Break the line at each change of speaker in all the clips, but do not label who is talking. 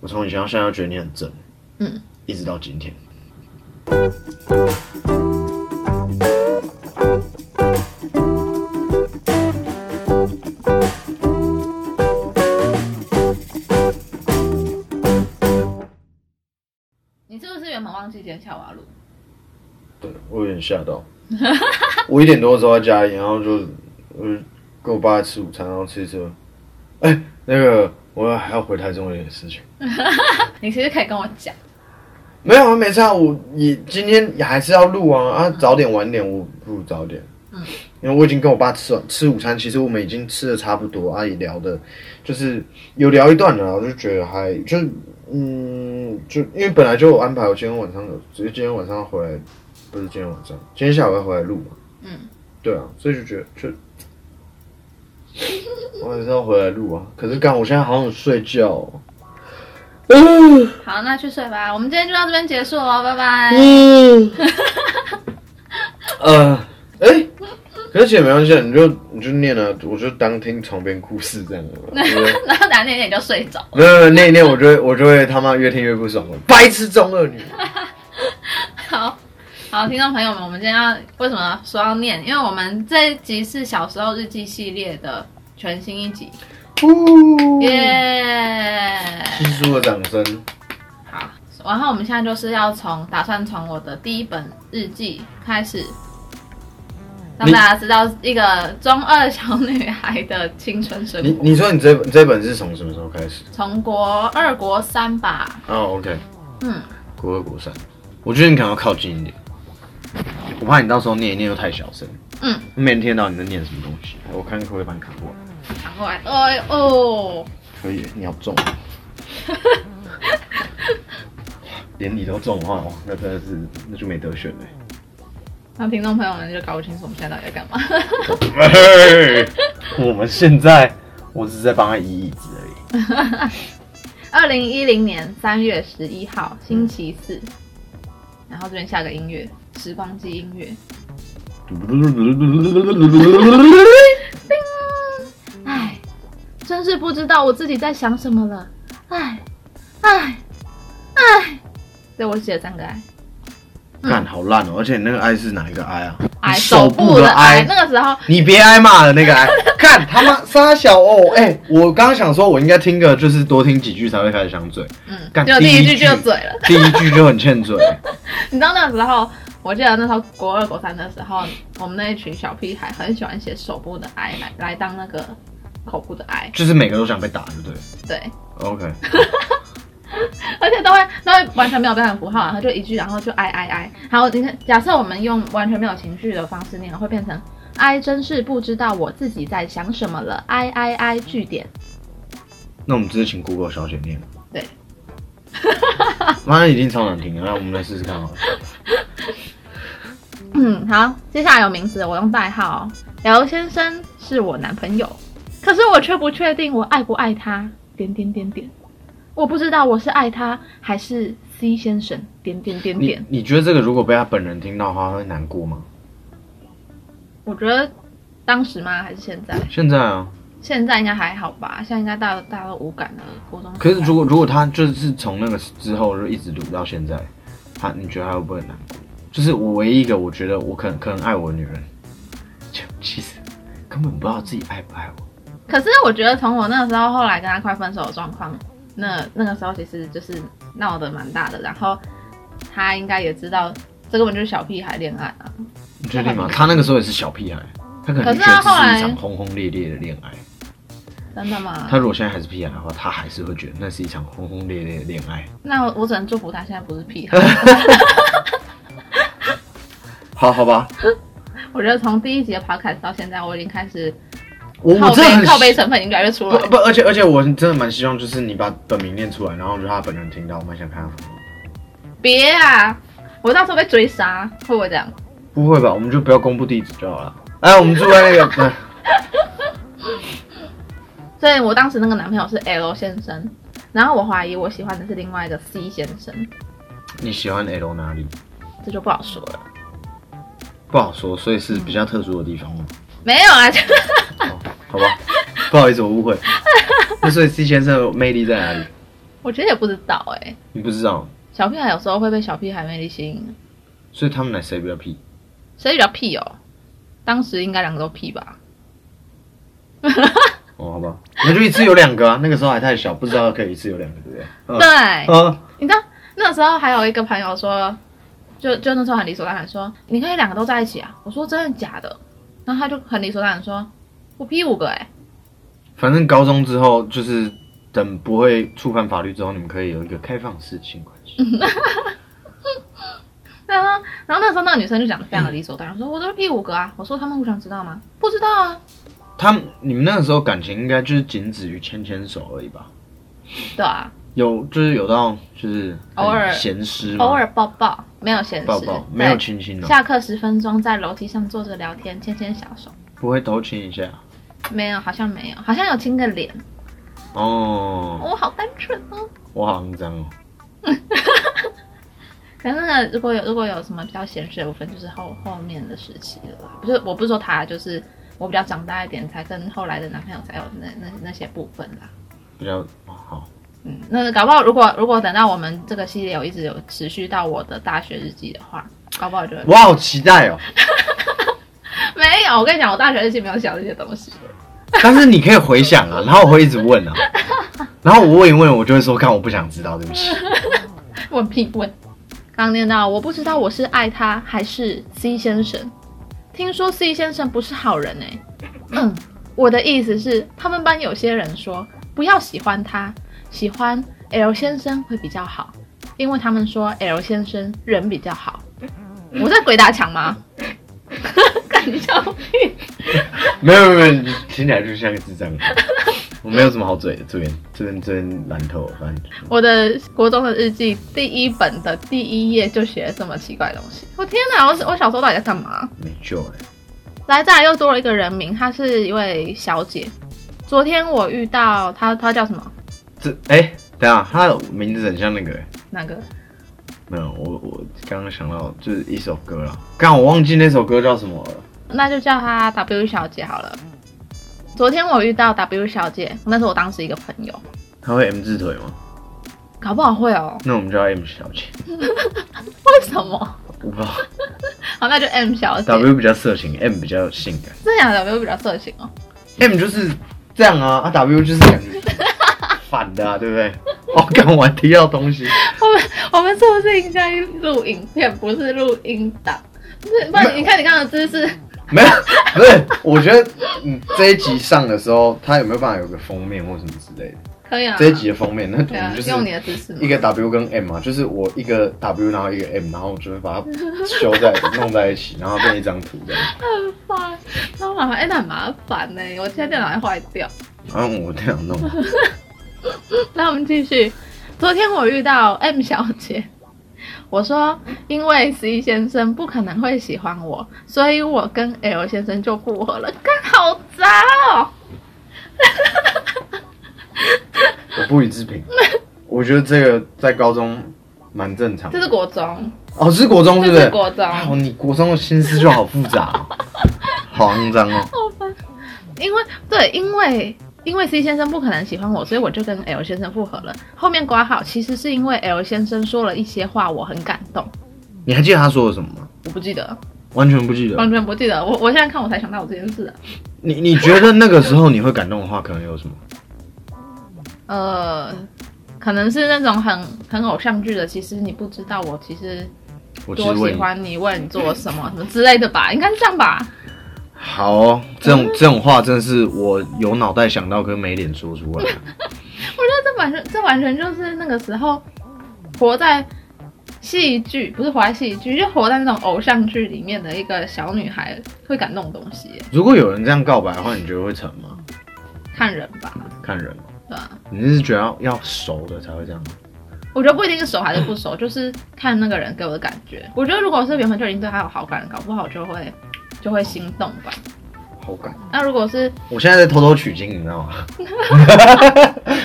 我从以前到现在都觉得你很正，
嗯，
一直到今天。
你是不是原本忘记今天啊下午要录？
对我有点吓到，我一点多的时候在家里，然后就我就跟我爸吃午餐，然后吃一吃，哎、那个我还要回台中有点事情。
你其实可以跟我讲，
没有啊，没差。我你今天也还是要录啊啊，早点晚点，我不如早点。因为我已经跟我爸吃完吃午餐，其实我们已经吃的差不多啊，也聊的，就是有聊一段了啊，我就觉得还就是嗯，就因为本来就有安排，我今天晚上有，只是今天晚上回来，不是今天晚上，今天下午要回来录嘛。
嗯，
对啊，所以就觉得就。我还是要回来录啊，可是干，我现在好想睡觉、哦。嗯
好，那去睡吧。我们今天就到这边结束了，拜拜。
嗯， 呃，哎、可是其实没关系，啊，你就你就念啊，我就当听床边故事这样的 吧。对不对
然后等下那天你就睡着。
没有没有，念一念我就会我就会他妈越听越不爽了，白痴中二女。
好好，听众朋友们，我们今天要为什么说要念？因为我们这一集是小时候日记系列的全新一集，
呜，
耶、
稀疏的掌声。
好，然后我们现在就是要从打算从我的第一本日记开始，让
你
大家知道一个中二小女孩的青春生
你
活。
你说你这本这本是从什么时候开始？
从国二、国三吧，
哦、o k
嗯，
国二国三，我觉得你可能要靠近一点，我怕你到时候念一念又太小声。
嗯，
没人听得到你在念什么东西。我看可不可以把你扛过来。
反过来，哎哦，
可以，你好 重，连你都中的话，哇那真的是那就没得选了。
那听众朋友们就搞不清楚我们现在到底在干嘛。
我们现在我只是在帮他移椅子而已。
二零一零年三月十一号星期四，然后这边下个音乐，时光机音乐。叮！哎，真是不知道我自己在想什么了。哎，哎，哎，对我写了三个哎，
干好烂哦！而且你那个哀是哪一个哀啊？
哎，
你手
部
的
哎，那个时候
你别挨骂了，那个挨，看他妈沙小哦，哎、我刚刚想说，我应该听个，就是多听几句才会开始想嘴，
嗯，
干
就
第
第
一
一句
句
就嘴了。
第一句就很欠嘴，
你知道那个时候，我记得那时候国二国三的时候，我们那一群小屁孩很喜欢写手部的哎来来当那个口部的哎，
就是每个都想被打，对不对
对，
？OK，
而且都会都会完全没有标点符号，然后就一句，然后就哎哎哎。然后你看，假设我们用完全没有情绪的方式念，会变成哎，真是不知道我自己在想什么了，哎哎哎，句点。
那我们直接请 Google 小姐念。
对，
妈的，已经超难听了，那我们来试试看好了。
嗯，好，接下来有名字，我用代号、哦。刘先生是我男朋友，可是我却不确定我爱不爱他。点点点点，我不知道我是爱他还是 C 先生。点点点
你
点，
你觉得这个如果被他本人听到的话，他会难过吗？
我觉得当时吗？还是现在？
现在啊，
现在应该还好吧，现在应该大大家都无感了，国中。
可是如果如果他就是从那个之后就一直读到现在，他你觉得他会不会很难过？就是我唯一一个我觉得我可能可能爱我的女人，就其实根本不知道自己爱不爱我。
可是我觉得从我那个时候后来跟他快分手的状况，那那个时候其实就是闹得蛮大的，然后他应该也知道这根本就是小屁孩恋爱啊。
你确定 吗？他那个时候也是小屁孩，他可能
可是
觉得
他
这
后来
是一场轰轰烈烈的恋爱。
真的吗
他？如果现在还是屁孩的话，他还是会觉得那是一场轰轰烈烈的恋爱。
那我我只能祝福他现在不是 屁孩。
好好吧，
我觉得从第一集的 podcast 到现在，我已经开始
我我
靠
真的
背
很
靠背成分已经越来越出来
不
了。
不，而且而且我真的蛮希望，就是你把本名念出来，然后就他本人听到，我蛮想看啊他反应。
别啊！我到时候被追杀，会不会这样？
不会吧？我们就不要公布地址就好了。哎，我们住在那个， 哎
所以我当时那个男朋友是 L 先生，然后我怀疑我喜欢的是另外一个 C 先生，
你喜欢 L 哪里？
这就不好说了。
不好说，所以是比较特殊的地方吗？
没有啊，就
哦好吧，不好意思，我误会。那所以 C 先生的魅力在哪里？
我觉得也不知道哎、
你不知道，
小屁孩有时候会被小屁孩魅力吸引，
所以他们来谁比较屁？
谁比较屁哦？当时应该两个都屁吧？
哦，好吧，那就一次有两个啊。那个时候还太小，不知道可以一次有两个，对不对？嗯
对，
嗯，
你知道那时候还有一个朋友说，就就那时候很理所当然说，你可以两个都在一起啊。我说真的假的？然后他就很理所当然说，我劈五个哎、
反正高中之后就是等不会触犯法律之后，你们可以有一个开放式性关
嗯
系。
然后，然后那时候那个女生就讲的非常的理所当然，说我都是劈五个啊。我说他们互相知道吗？不知道啊。
他们你们那个时候感情应该就是仅止于牵牵手而已吧？
对啊，
有就是有到就是很
偶尔
闲湿吗，
偶尔抱抱，没有闲事，
抱抱，没有
对
亲亲哦，
下课十分钟在楼梯上坐着聊天，牵牵小手，
不会偷亲一下
没有，好像没有，好像有亲个脸。
哦。
我、好单纯哦。
我好肮脏哦。
可是呢，如果有如果有什么比较闲事的部分，就是后后面的时期了啦。不是，我不是说他，就是我比较长大一点，才跟后来的男朋友才有那那那些部分啦。
比较哦好，
嗯，那搞不好如果如果等到我们这个系列有一直有持续到我的大学日记的话，搞不好就
我好期待哦。
没有。我跟你讲，我大学日记没有想这些东西。
但是你可以回想啊，然后我会一直 问啊，然后我问一问，我就会说，看我不想知道，对不起。
问屁问。刚念到，我不知道我是爱他还是 C 先生。听说 C 先生不是好人哎、嗯，我的意思是，他们班有些人说不要喜欢他，喜欢 L 先生会比较好，因为他们说 L 先生人比较好。我在鬼打墙吗？ 看你笑屁！
没有没有没有，你听起来就像个智障。 我没有什么好嘴的，这边这边这边蓝头，啊反正
我的国中的日记第一本的第一页就写了这么奇怪的东西。我天哪！我我小时候到底在干嘛？
没欸救了。
来，再来又多了一个人名，她是一位小姐。昨天我遇到她，她叫什么？
这哎、等一下，他的名字很像那个、欸，
哪个？
没有，我我刚刚想到就是一首歌了，刚我忘记那首歌叫什么了。
那就叫她 W 小姐好了。昨天我遇到 W 小姐，那是我当时一个朋友，
他会 M 字腿吗？
搞不好会哦。
那我们叫 M 小姐，
为什么？
我不知道。
好，那就 M 小姐。
W 比较色情，M 比较性感
这两个 W 比较色情哦。
，M 就是这样啊，啊 W 就是感觉 反的啊，对不对？哦，刚我还提到东西，
我们我们是不是应该录影片，不是录音档？不是，不然你看你刚刚的姿势，
没有，不是，我觉得嗯这一集上的时候，他有没有办法有个封面或什么之类的？
可以啊。
这一集的封面，那
对
我
啊
们就，是
用你的姿势嘛。
一个 W 跟 M 嘛，就是我一个 W，然后一个 M，然后我就会把它修在弄在一起，然后变一张图这样。
很烦，超麻烦，哎、那很麻烦呢、我现在电脑还坏掉。
然啊后我这样弄，
那我们继续。昨天我遇到 M 小姐，我说因为 C 先生不可能会喜欢我，所以我跟 L 先生就复合了。干好渣哦！
我不予置 评。我觉得这个在高中蛮正常
这
的。
是国中，
哦，是国中是不
这是
是？
国中
哦，你国中的心思就好复杂、哦，好肮脏哦。
因为对，因为因为 C 先生不可能喜欢我，所以我就跟 L 先生复合了。后面挂号其实是因为 L 先生说了一些话，我很感动。
你还记得他说了什么吗？
我不记得，
完全不记得。
完全不记得。我我现在看我才想到我这件事、啊。
你你觉得那个时候你会感动的话，可能有什么？
呃，可能是那种很很偶像剧的，其实你不知道我其实
我其实
多
问
喜
你，
欢你，为你做什么什么之类的吧，应该是这样吧。
好、哦，这
嗯
种这种话真的是我有脑袋想到，跟没脸说出来。
我觉得这完全这完全就是那个时候活在戏剧，不是活在戏剧，就活在那种偶像剧里面的一个小女孩会感动的东西耶，
如果有人这样告白的话，你觉得会成吗？
看人吧，
看人，
对啊吧？
你是觉得要要熟的才会这样吗？
我觉得不一定是熟还是不熟，就是看那个人给我的感觉。我觉得如果是原本就已经对他有好感，搞不好就会就会心动吧。
好感，
那如果是
我现在在偷偷取经，你知道吗？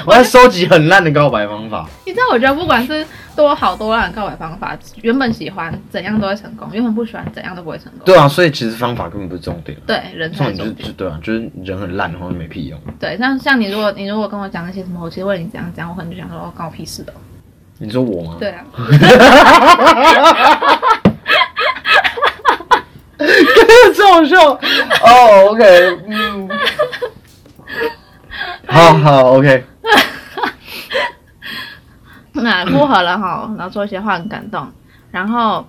我在收集很烂的告白方 法。
你知道，我觉得不管是多好多烂的告白方法，原本喜欢怎样都会成功，原本不喜欢怎样都不会成功。
对啊，所以其实方法根本不是重点，
对，人
重
才
点
重
就是
点。
就对啊，就是人很烂，然后没屁用。
对，像像你如果你如果跟我讲那些什么，我其实为你怎样讲，我可能就想说，哦，关我屁事的。
嗯你说我吗？
对啊，
这好笑。哦，OK，嗯，好好，OK，
那复合了哈，然后说一些话很感动，然后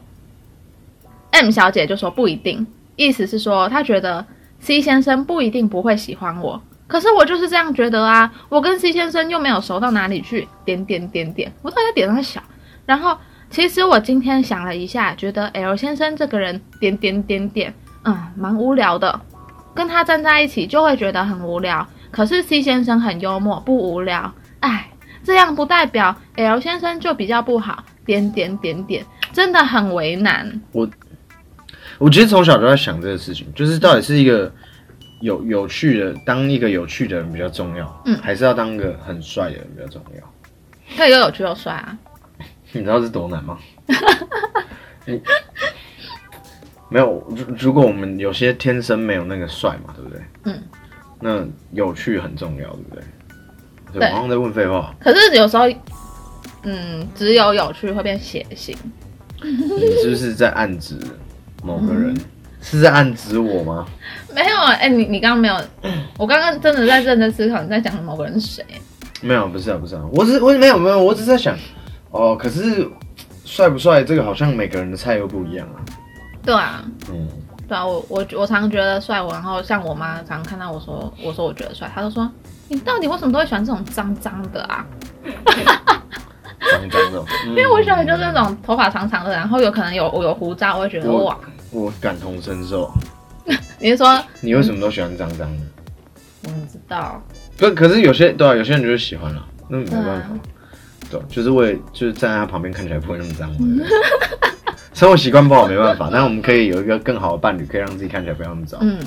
M 小姐就说不一定，意思是说她觉得 C 先生不一定不会喜欢我，可是我就是这样觉得啊，我跟 C 先生又没有熟到哪里去，点点点点，我到底在点他小，然后其实我今天想了一下，觉得 L 先生这个人点点点点，嗯，蛮无聊的，跟他站在一起就会觉得很无聊，可是 C 先生很幽默，不无聊，唉。这样不代表 L 先生就比较不好，点点点点，真的很为难。
我其实从小就在想这个事情，就是到底是一个有有趣的，当一个有趣的人比较重要，
嗯
还是要当个很帅的人比较重要？
可以又有趣又帅啊！
你知道是多难吗？ 你没有，如如果我们有些天生没有那个帅嘛，对不对？
嗯。
那有趣很重要，对不对？
对
我好像在问废话。
可是有时候，嗯，只有有趣会变血腥。
你是不是在暗指某个人？嗯是在暗指我吗？
没有，哎、你你刚刚没有，我刚刚真的在认真思考你在讲某个人是谁。
没有，不是啊，不是啊，我只我没有没有，我只是在想，哦，可是帅不帅这个好像每个人的菜又不一样啊。
对啊，
嗯，
对啊，我我我常觉得帅，我然后像我妈常看到我说我说我觉得帅，她就说你到底为什么都会喜欢这种脏脏的啊？
脏脏 的。因
因为我喜欢就是那种头发长长的，然后有可能有我有胡渣，我啊会觉得
我
哇，
嗯我感同身受。
你是说
你为什么都喜欢脏脏的？
我不知道？
不，可是有些对啊，有些人就是喜欢了，那没办法
嗯。
对啊，就是为就是站在他旁边看起来不会那么脏嘛。对不对 生活习惯不好没办法，但我们可以有一个更好的伴侣，可以让自己看起来不要那么脏。
嗯，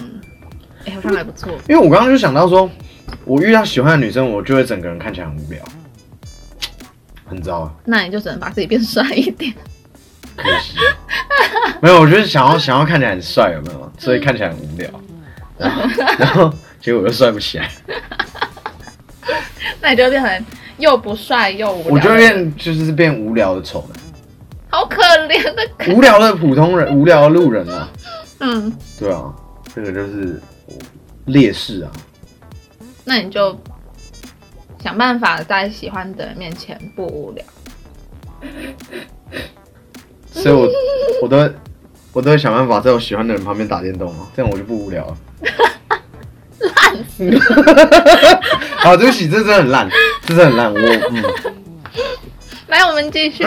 哎、好像还不错。
因为我刚刚就想到说，我遇到喜欢的女生，我就会整个人看起来很无聊，很糟啊，
那你就只能把自己变帅一点。
可惜。啊没有，我就是想要想要看起来很帅，有没有？所以看起来很无聊，然后 然后结果又帅不起来，
那你就会变成又不帅又无聊，
我就会变就是变无聊的丑
好可怜的。
男，无聊的普通人，无聊的路人啊，
嗯，
对啊，这个就是劣势啊。
那你就想办法在喜欢的人面前不无聊。
所以我 我都我都会想办法在我喜欢的人旁边打电动啊，这样我就不无聊了。烂 好，对不起，这真的很烂，这真的很烂。我嗯，
来，我们继续。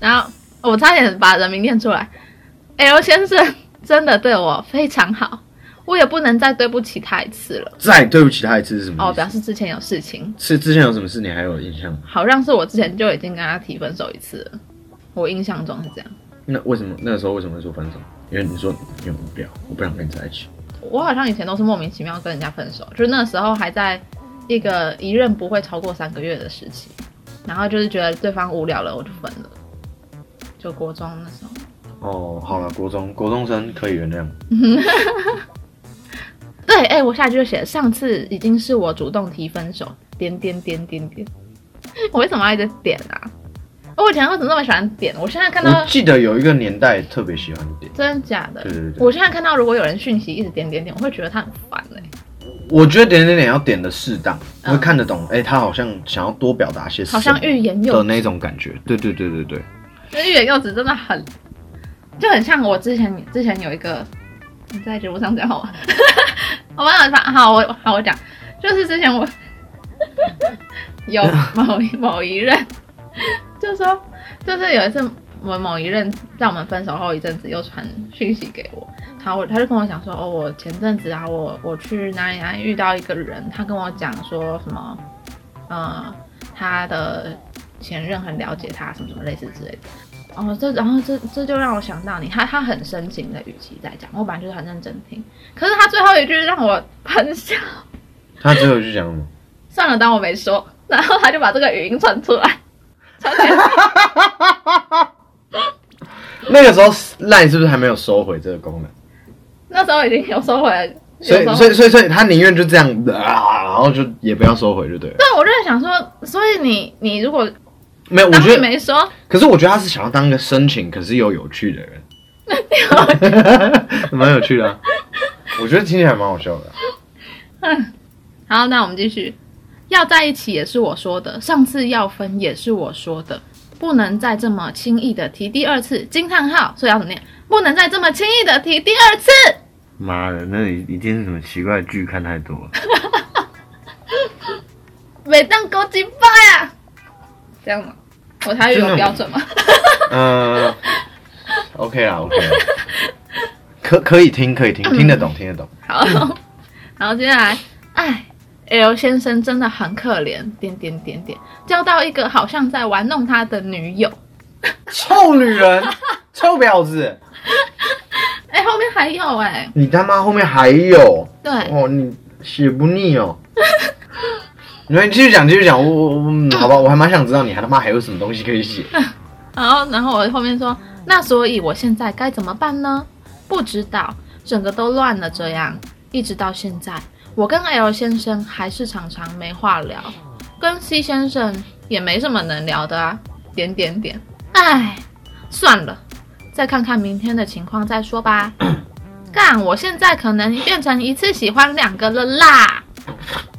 然后我差点把人名念出来。L 先生真的对我非常好，我也不能再对不起他一次了。
再对不起他一次是什么
哦，
意思？
表示之前有事情，
是之前有什么事你还有印象吗？
好像是我之前就已经跟他提分手一次了。我印象中是这样。
那为什么那个时候为什么会说分手？因为你说你很无聊，我不想跟你在一起。
我好像以前都是莫名其妙跟人家分手，就是那时候还在一个一任不会超过三个月的时期，然后就是觉得对方无聊了，我就分了。就国中那时候，
哦，好了，国中国中生可以原谅。
对，哎、我下一句就写上次已经是我主动提分手，点点点点点。 我为什么要一直点啊？我以前为什么那么喜欢点？我现在看
我
到
记得有一个年代特别喜欢点，
真的假的？
对对对
我现在看到如果有人讯息一直点点点，我会觉得他很烦哎、
我觉得点点点要点的适当，
嗯
会看得懂。哎、他好像想要多表达些什
好
么，
像欲言又
的
止。
那种感觉。对对对对对，
那欲言又止真的很，就很像我之前之前有一个你在节目上讲好吗？ 我忘了，好我好我讲，就是之前我 有某一某一任就说，就是有一次我某一任在我们分手后一阵子又传讯息给我，然后我他就跟我讲说，哦，我前阵子啊，我我去哪里哪里遇到一个人，他跟我讲说什么，呃，他的前任很了解他，什么什么类似之类的。哦，这然后这这就让我想到你，他他很深情的语气在讲，我本来就是很认真听，可是他最后一句让我喷笑，
他最后就讲什么？
算了，当我没说。然后他就把这个语音传出来，传给我
那个时候 Line 是不是还没有收回这个功能？
那时候已经有收回来，
所
有
以
收回
所以所以所以他宁愿就这样啊，然后就也不要收回就对了。
对，我就在想说，所以你你如果
啊没有，我
当
觉
你
得，
没说，
可是我觉得他是想要当一个深情可是又有趣的 人，蛮有趣的、啊。我觉得听起来蛮好笑的啊、
好，那我们继续。要在一起也是我说的，上次要分也是我说的，不能再这么轻易的提第二次。惊叹号，所以要怎么念？不能再这么轻易的提第二次。
妈的，那一一定是什么奇怪的剧看太多了。
每当勾击爸呀，这样吗？我台语有标准吗？
嗯、o k 啦，OK 啦，可可以听，可以听，听得懂，听得懂。
好，然后接下来，哎，L 先生真的很可怜，点点点点，交到一个好像在玩弄他的女友。
臭女人，臭婊子，
哎，后面还有哎、
你他妈后面还有
对，
哦，你写不腻哦。 你们继续讲，继续讲，我我我嗯，好吧，我还蛮想知道你还他妈还有什么东西可以写。
然后，然后我后面说，那所以我现在该怎么办呢？不知道，整个都乱了这样，一直到现在，我跟 L 先生还是常常没话聊，跟 C 先生也没什么能聊的啊，点点点，唉，算了，再看看明天的情况再说吧。干，我现在可能变成一次喜欢两个了啦。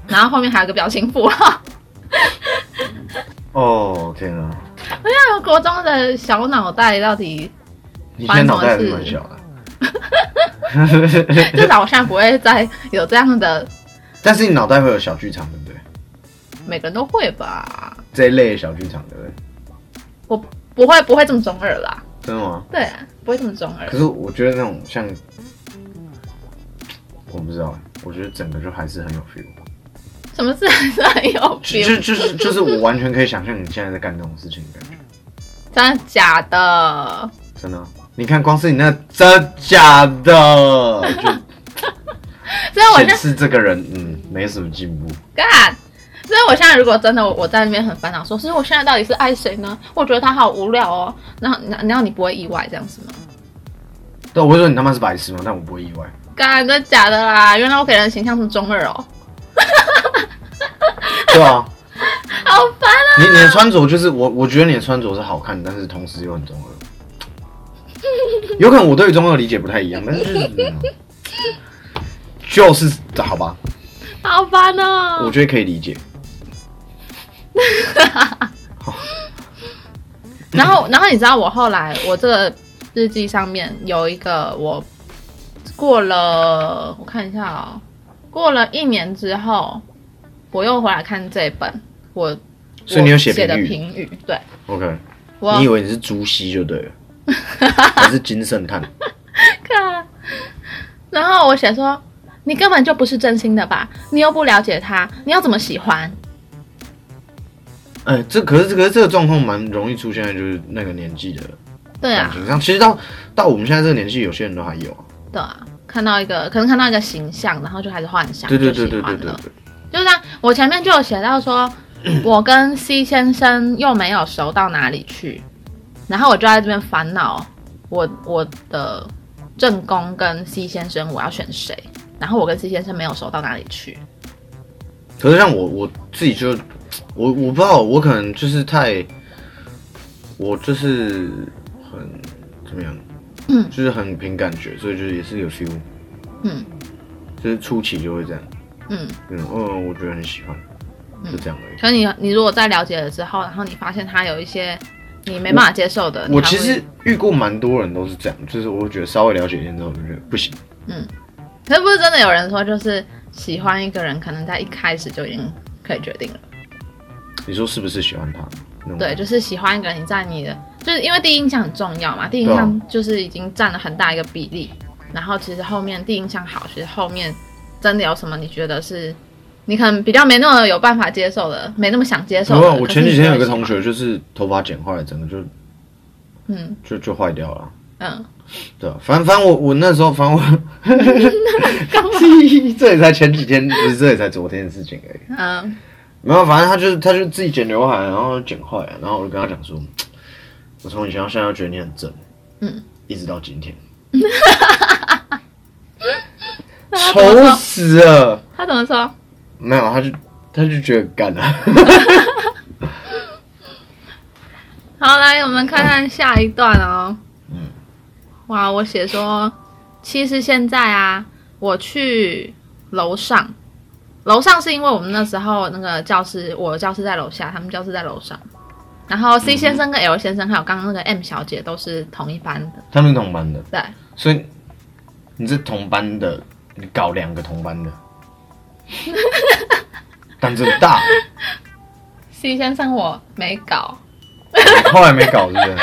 然后后面还有个表情符号，
哦天啊，
那哎国中的小脑袋到底
你现在脑袋还是蛮小的。
至少我现在不会再有这样的，
但是你脑袋会有小剧场，对不对？
每个人都会吧？
这一类的小剧场，对不对？
我不会不会这么中二啦，
真的吗？
对啊，不会这么中二
可。是我觉得那种像，我不知道，我觉得整个就还是很有 feel。
什么事还是很有
就就
feel，
就是就是我完全可以想象你现在在干这种事情的感觉，
真的假的？
真的啊。你看，光是你那真假的，就
所以我现
显
在
示这个人嗯没什么进步。
干，所以我现在如果真的我我在那边很烦恼，说，所以我现在到底是爱谁呢？我觉得他好无聊哦。然后然后你不会意外这样子吗？
对，我会说你他妈是白痴吗？但我不会意外。
干，真的假的啦？原来我给人的形象是中二哦，
对啊，
好烦啊！
你你的穿着就是我，我觉得你的穿着是好看，但是同时又很中二。有可能我对中二理解不太一样，但是就是、嗯就是好吧，
好烦
我
哦。
觉得可以理解。
然后，然后你知道我后来我这个日记上面有一个我过了，我看一下哦，过了一年之后，我又回来看这本，我
所以你有
我
写
写的
评语
评语，对
OK，
我
你以为你是朱熹就对了，还是金圣叹？
看，然后我写说你根本就不是真心的吧，你又不了解他，你要怎么喜欢？
哎，这可是可是这个状况蛮容易出现在就是那个年纪的
对
感
啊，
情上。其实到到我们现在这个年纪，有些人都还有啊。
对啊，看到一个可能看到一个形象，然后就开始幻想，
对对
就
对
喜
对对
欢
对
了。
对。
就像我前面就有写到 说，我跟 C 先生又没有熟到哪里去，然后我就在这边烦恼，我我的正宫跟 C 先生我要选谁？然后我跟 C 先生没有熟到哪里去，
可是像我我自己就，我我不知道，我可能就是太，我就是很怎么样，
嗯
就是很凭感觉，所以就是也是有 feel，
嗯
就是初期就会这样，
嗯。
嗯嗯，我觉得很喜欢，就这样而已。
可是你你如果在了解了之后，然后你发现他有一些你没办法接受的，你
我
还
其
会
实遇过蛮多人都是这样，就是我会觉得稍微了解一点之后，我就觉得不行。
可是不是真的有人说，就是喜欢一个人，可能在一开始就已经可以决定了。
你说是不是喜欢他？那种
对，就是喜欢一个人，你在你的，就是因为第一印象很重要嘛，第一
啊
印象就是已经占了很大一个比例。然后其实后面第一印象好，其实后面真的有什么你觉得是你可能比较没那么有办法接受的，没那么想接受
没
的。
有，我前几天有一个同
可是
学就是头发剪坏了，整个就
你就会喜欢，嗯，
就就坏掉了。
嗯，
对啊，反正反正我我那时候，反正我
干嘛？
这也才前几天，不是这也才昨天的事情而已。
嗯，
没有，反正他就是他就自己剪刘海，然后剪坏了，然后我就跟他讲说，我从以前到现在都觉得你很正，
嗯，
一直到今天，
那他怎么
丑
说？
死了。
他怎么说？
没有，他就他就觉得干了、
好，来我们看看下一段哦。哇，我写说，其实现在啊，我去楼上，楼上是因为我们那时候那个教室，我的教室在楼下，他们教室在楼上。然后 C 先生跟 L 先生还有刚刚那个 M 小姐都是同一班的，
他们是同班的，
对，
所以你是同班的，你搞两个同班的， 胆子很大，
C 先生我没搞，
你 后来没搞是不是？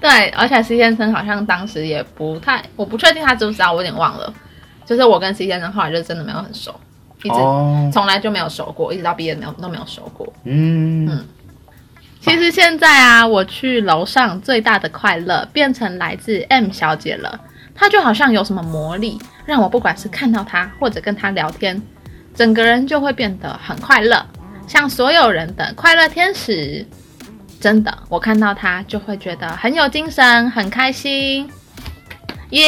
对，而且 C 先生好像当时也不太，我不确定他知不知道，我有点忘了。就是我跟 C 先生后来就真的没有很熟，一直
哦，
从来就没有熟过，一直到毕业没有都没有熟过。
嗯，
其实现在啊，我去楼上最大的快乐变成来自 M 小姐了，她就好像有什么魔力，让我不管是看到她或者跟她聊天，整个人就会变得很快乐，像所有人的快乐天使。真的，我看到她就会觉得很有精神，很开心，耶、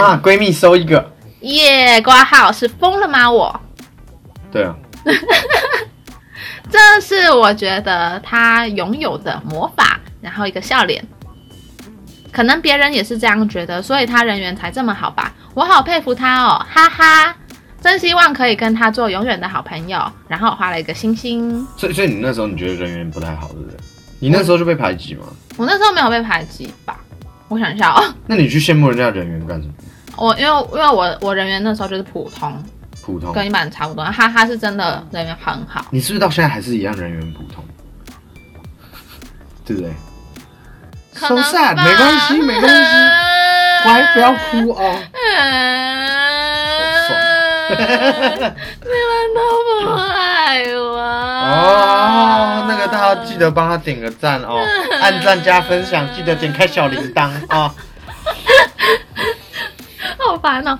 哇，闺蜜收一个，
耶！挂号是疯了吗我？
对啊，
这是我觉得他拥有的魔法，然后一个笑脸。可能别人也是这样觉得，所以他人缘才这么好吧？我好佩服他哦，哈哈！真希望可以跟他做永远的好朋友。然后我画了一个星星。
所以所以你那时候你觉得人缘不太好，对不对？你那时候就被排挤嘛？
我那时候没有被排挤吧？我想一下哦，
那你去羡慕人家的人缘干什么？
我因为因为我我人缘那时候就是普通，
普通。
跟一般人差不多。哈哈，是真的人缘很好。
你是不是到现在还是一样人缘普通？对不对
可
So
能
sad，
吧
没关系，没关系，乖，不要哭 哦。
你们都不爱我。
哦，那个大家记得帮他点个赞哦，按赞加分享，记得点开小铃铛啊。
好烦 哦。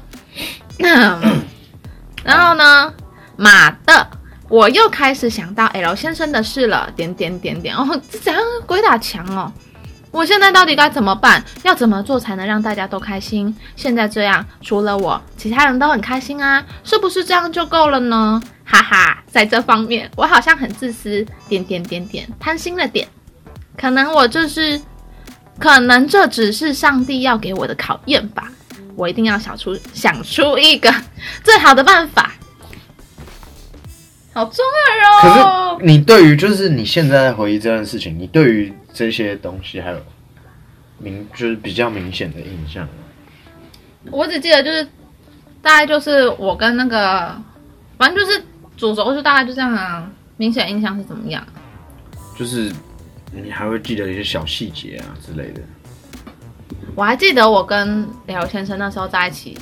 然后呢，马的，我又开始想到 L 先生的事了，点点点点哦，这怎样鬼打墙哦？我现在到底该怎么办？要怎么做才能让大家都开心？现在这样，除了我，其他人都很开心啊，是不是这样就够了呢？哈哈，在这方面，我好像很自私，点点点点，贪心了点。可能我就是，可能这只是上帝要给我的考验吧。我一定要想出想出一个最好的办法。好中
可
二哦！
是你对于就是你现在在回忆这件事情，你对于这些东西还有明就是比较明显的印象吗，
我只记得就是大概就是我跟那个，反正就是主轴就大概就这样啊。明显印象是怎么样？
就是你还会记得一些小细节啊之类的。
我还记得我跟廖先生那时候在一起，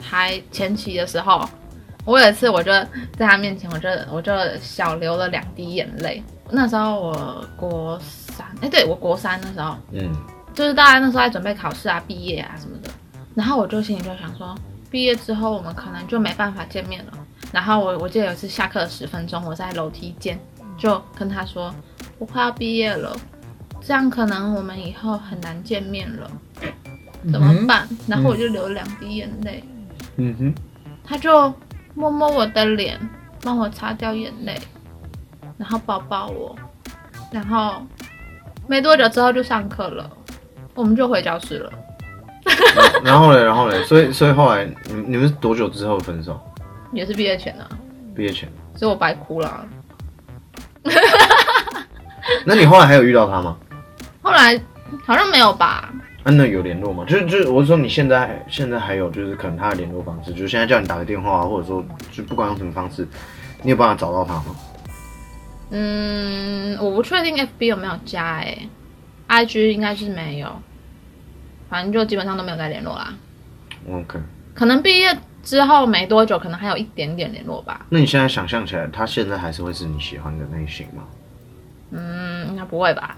还前期的时候，我有一次我就在他面前，我就我就小流了两滴眼泪。那时候我国三，哎、对我国三那时候，
嗯，
就是大家那时候在准备考试啊、毕业啊什么的，然后我就心里就想说，毕业之后我们可能就没办法见面了。然后我我记得有一次下课十分钟，我在楼梯间就跟他说，我快要毕业了，这样可能我们以后很难见面了，怎么办？然后我就流了两滴眼泪，
嗯哼，
他就摸摸我的脸，帮我擦掉眼泪，然后抱抱我，然后没多久之后就上课了，我们就回教室了。
然后嘞，然后嘞，所以所以后来你们你们是多久之后分手？
也是毕业前啊，
毕业前？
所以我白哭了。啊
那你后来还有遇到他吗？
后来好像没有吧？
啊，那有联络吗？就是就是，我是说你现在现在还有就是可能他的联络方式，就是现在叫你打个电话，啊或者说就不管用什么方式，你有办法找到他吗？
嗯，我不确定 FB 有没有加哎、i g 应该是没有，反正就基本上都没有再联络啦。
OK，
可能毕业之后没多久，可能还有一点点联络吧。
那你现在想象起来，他现在还是会是你喜欢的类型吗？
嗯，应该不会吧？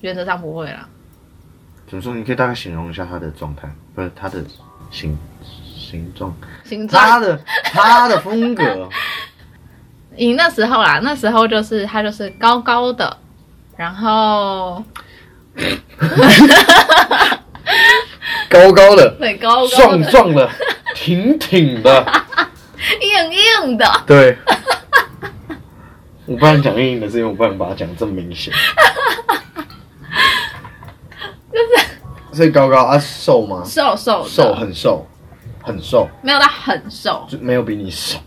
原则上不会啦。
怎么说？你可以大概形容一下他的状态，不是他的形形状，
形状。
他的他的风格，
你那时候啦，那时候就是他就是高高的，然后
高高的，
对高高
壮
的，
壮的，挺挺的，
硬硬的，
对。我不能讲硬硬的，是因为我不能把它讲得这么明 显。就是，所以高高啊，瘦吗？
瘦瘦的
瘦，很瘦，很瘦，
没有到很瘦，
就没有比你 瘦。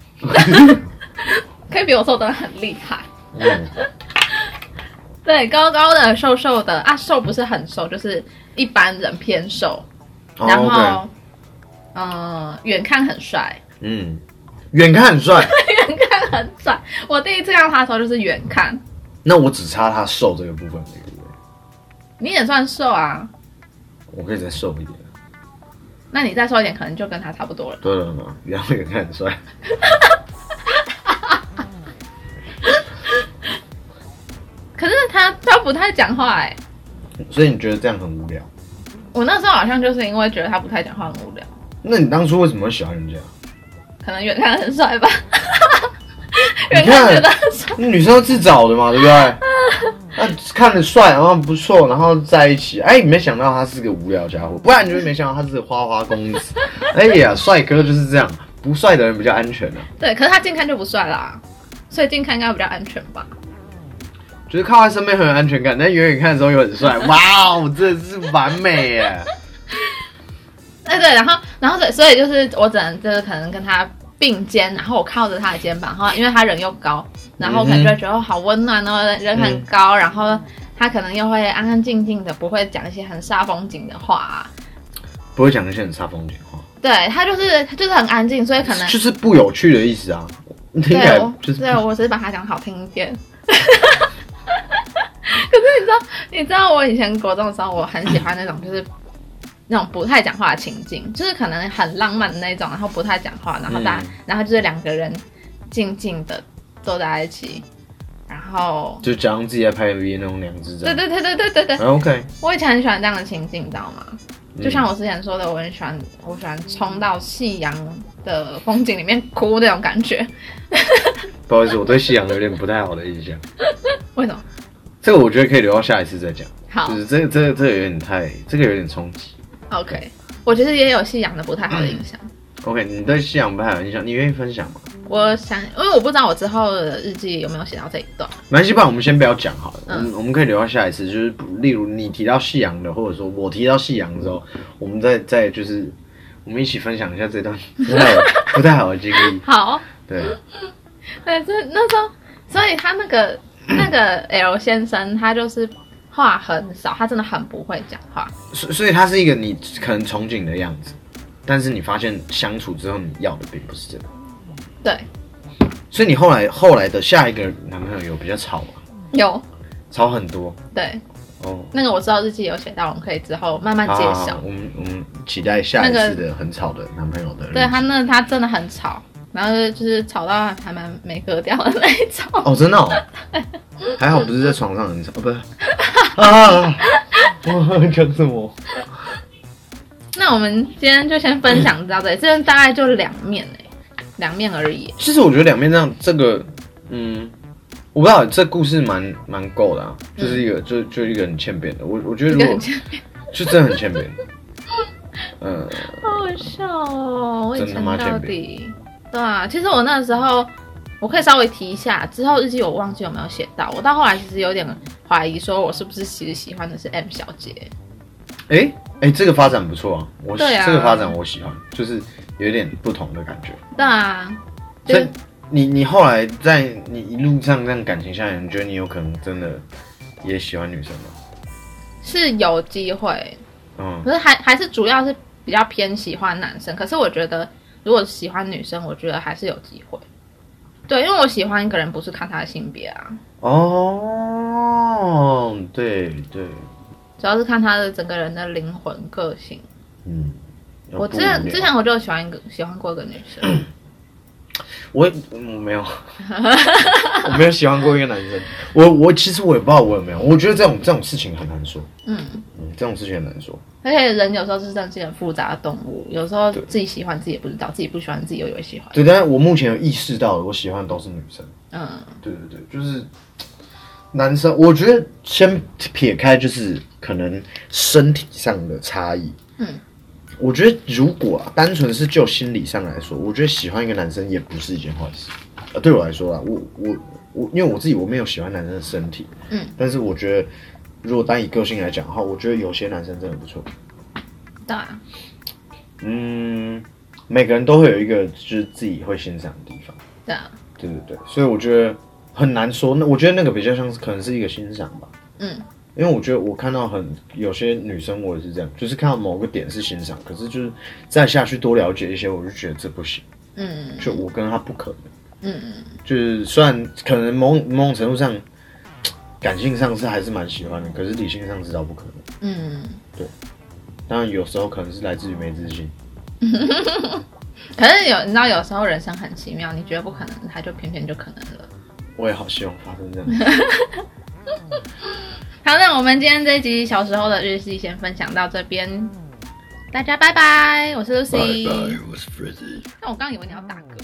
可以比我瘦的很厉害。
嗯，
对，高高的，瘦瘦的啊，瘦不是很瘦，就是一般人偏瘦，
哦
然
OK
后，呃，远看很帅，
嗯，远看很帅，
远看很帅。我第一次看到他的时候就是远看，
那我只差他瘦这个部分而已
你也算瘦啊，
我可以再瘦一点。
那你再瘦一点，可能就跟他差不多了。
对了嘛，然后远看很帅。
可是他他不太讲话哎、
所以你觉得这样很无聊？
我那时候好像就是因为觉得他不太讲话很无聊，
那你当初为什么会喜欢人家？
可能远看很帅吧，
你
远看
看
觉得很帅。
那女生要自找的嘛，对不对？那看着帅，然后不错，然后在一起，哎，没想到他是个无聊家伙，不然你就会没想到他是个花花公子。哎呀，帅哥就是这样，不帅的人比较安全啊。
对，可是他近看就不帅啦，所以近看应该比较安全吧。
就是靠在身边很有安全感，但远远看的时候又很帅，哇哦，真的是完美耶！
哎对，然后然后所以所以就是我只能就是可能跟他并肩，然后我靠着他的肩膀，然后因为他人又高，然后我可能就会觉得、哦好温暖哦，人很高，然后他可能又会安安静静的，不会讲一些很煞风景的话、啊。
不会讲那些很煞风景话，
对他就是他就是很安静，所以可能
就是不有趣的意思啊。听起来
对我
就是
对我只是把它讲好听一点。 可是你知道，你知道我以前国中的时候，我很喜欢那种就是那种不太讲话的情境，就是可能很浪漫的那种，然后不太讲话，然后大家、
嗯
然后就是两个人静静的坐在一起，然后
就假装自己在拍 MV 那种两只掌。
对对对对对对对，
o k
我以前很喜欢这样的情境，你知道吗？
嗯
就像我之前说的，我很喜欢，我喜欢冲到夕阳的风景里面哭那种感觉。
不好意思，我对夕阳有点不太好的印象。
为什么？
这个我觉得可以留到下一次再讲，
好
就，是这个这个这个有点太，这个有点冲击。
OK，我觉得也有夕阳的不太好的影响。
OK，你对夕阳不太好印象，你愿意分享吗？
我想，因为我不知道我之后的日记有没有写到这一段。
没关系，不然我们先不要讲好了，
嗯
我们我们可以留到下一次，就是不例如你提到夕阳的，或者说我提到夕阳的时候，
嗯
我们再再就是我们一起分享一下这段不太好 不太好的经历。
好，
对，
对，所以那时候，所以他那个那个 L 先生，他就是话很少，他真的很不会讲话。
所所以它是一个你可能憧憬的样子，但是你发现相处之后你要的并不是这个，
对，
所以你后来后来的下一个男朋友有比较吵吗？
有
吵很多
对
哦。
那个我知道日记有写到，我们可以之后慢慢
好
揭
好
晓
好。我们我们期待下一
那
次
个
的很吵的男朋友的日子。
对他那他真的很吵，然后就是吵到还蛮没格调的那一种。
哦，真的哦，还好不是在床上很吵，哦不是啊，我讲什么？
那我们今天就先分享到这里，这大概就两面哎、两面而已。
其实我觉得两边这样，这个，嗯，我不知道，这故事蛮蛮够的啊，就是一个，就就一个很欠扁的，我我觉得
一
如
个很
果就真的很欠 扁，嗯，
好好笑哦！我以
真他
前
妈
到
欠
底对啊，其实我那时候我可以稍微提一下，之后日记我忘记有没有写到。我到后来其实有点怀疑，说我是不是其实喜欢的是 M 小姐？
哎、哎、这个发展不错啊，我喜、
对啊
这个发展我喜欢，就是有一点不同的感觉。
对啊，就
所以
是
你你后来在你一路上这样感情下来，你觉得你有可能真的也喜欢女生吗？
是有机会，
嗯，
可是还还是主要是比较偏喜欢男生。可是我觉得如果喜欢女生，我觉得还是有机会。对，因为我喜欢一个人不是看他的性别啊，
哦，对对，
主要是看他的整个人的灵魂个性。
嗯，
我之
不
前
无聊
之前我就有喜欢一个喜欢过一个女生，
我嗯没有， 我没有喜欢过一个男生。我我其实我也不知道我有没有，我觉得这种这种事情很难说。
嗯，
嗯，这种事情很难说。
而且人有时候是真的是很复杂的动物，有时候自己喜欢自己也不知道，自己不喜欢自己又以为喜欢。
对，但是我目前有意识到，我喜欢的都是女生。
嗯，
对对对，就是男生，我觉得先撇开就是可能身体上的差异，
嗯，
我觉得如果啊，单纯是就心理上来说，我觉得喜欢一个男生也不是一件坏事。呃，对我来说啊，我我我，因为我自己我没有喜欢男生的身体，
嗯，
但是我觉得如果单以个性来讲的话，我觉得有些男生真的不错，
对啊，
嗯，每个人都会有一个就是自己会欣赏的地方。
对啊，
对对对，所以我觉得很难说。那我觉得那个比较像是可能是一个欣赏吧，
嗯，
因为我觉得我看到很有些女生，我也是这样，就是看到某个点是欣赏，可是就是再下去多了解一些，我就觉得这不行，
嗯
就我跟她不可能。
嗯嗯，
就是虽然可能某某种程度上，感性上是还是蛮喜欢的，可是理性上知道不可能。
嗯，
当然有时候可能是来自于没自信。
可是有你知道，有时候人生很奇妙，你觉得不可能，它就偏偏就可能了。
我也好希望发生这样。
好，那我们今天这一集小时候的日记先分享到这边，大家拜拜，我是 Lucy。
was Frizzy.
那我刚刚以为你要打嗝。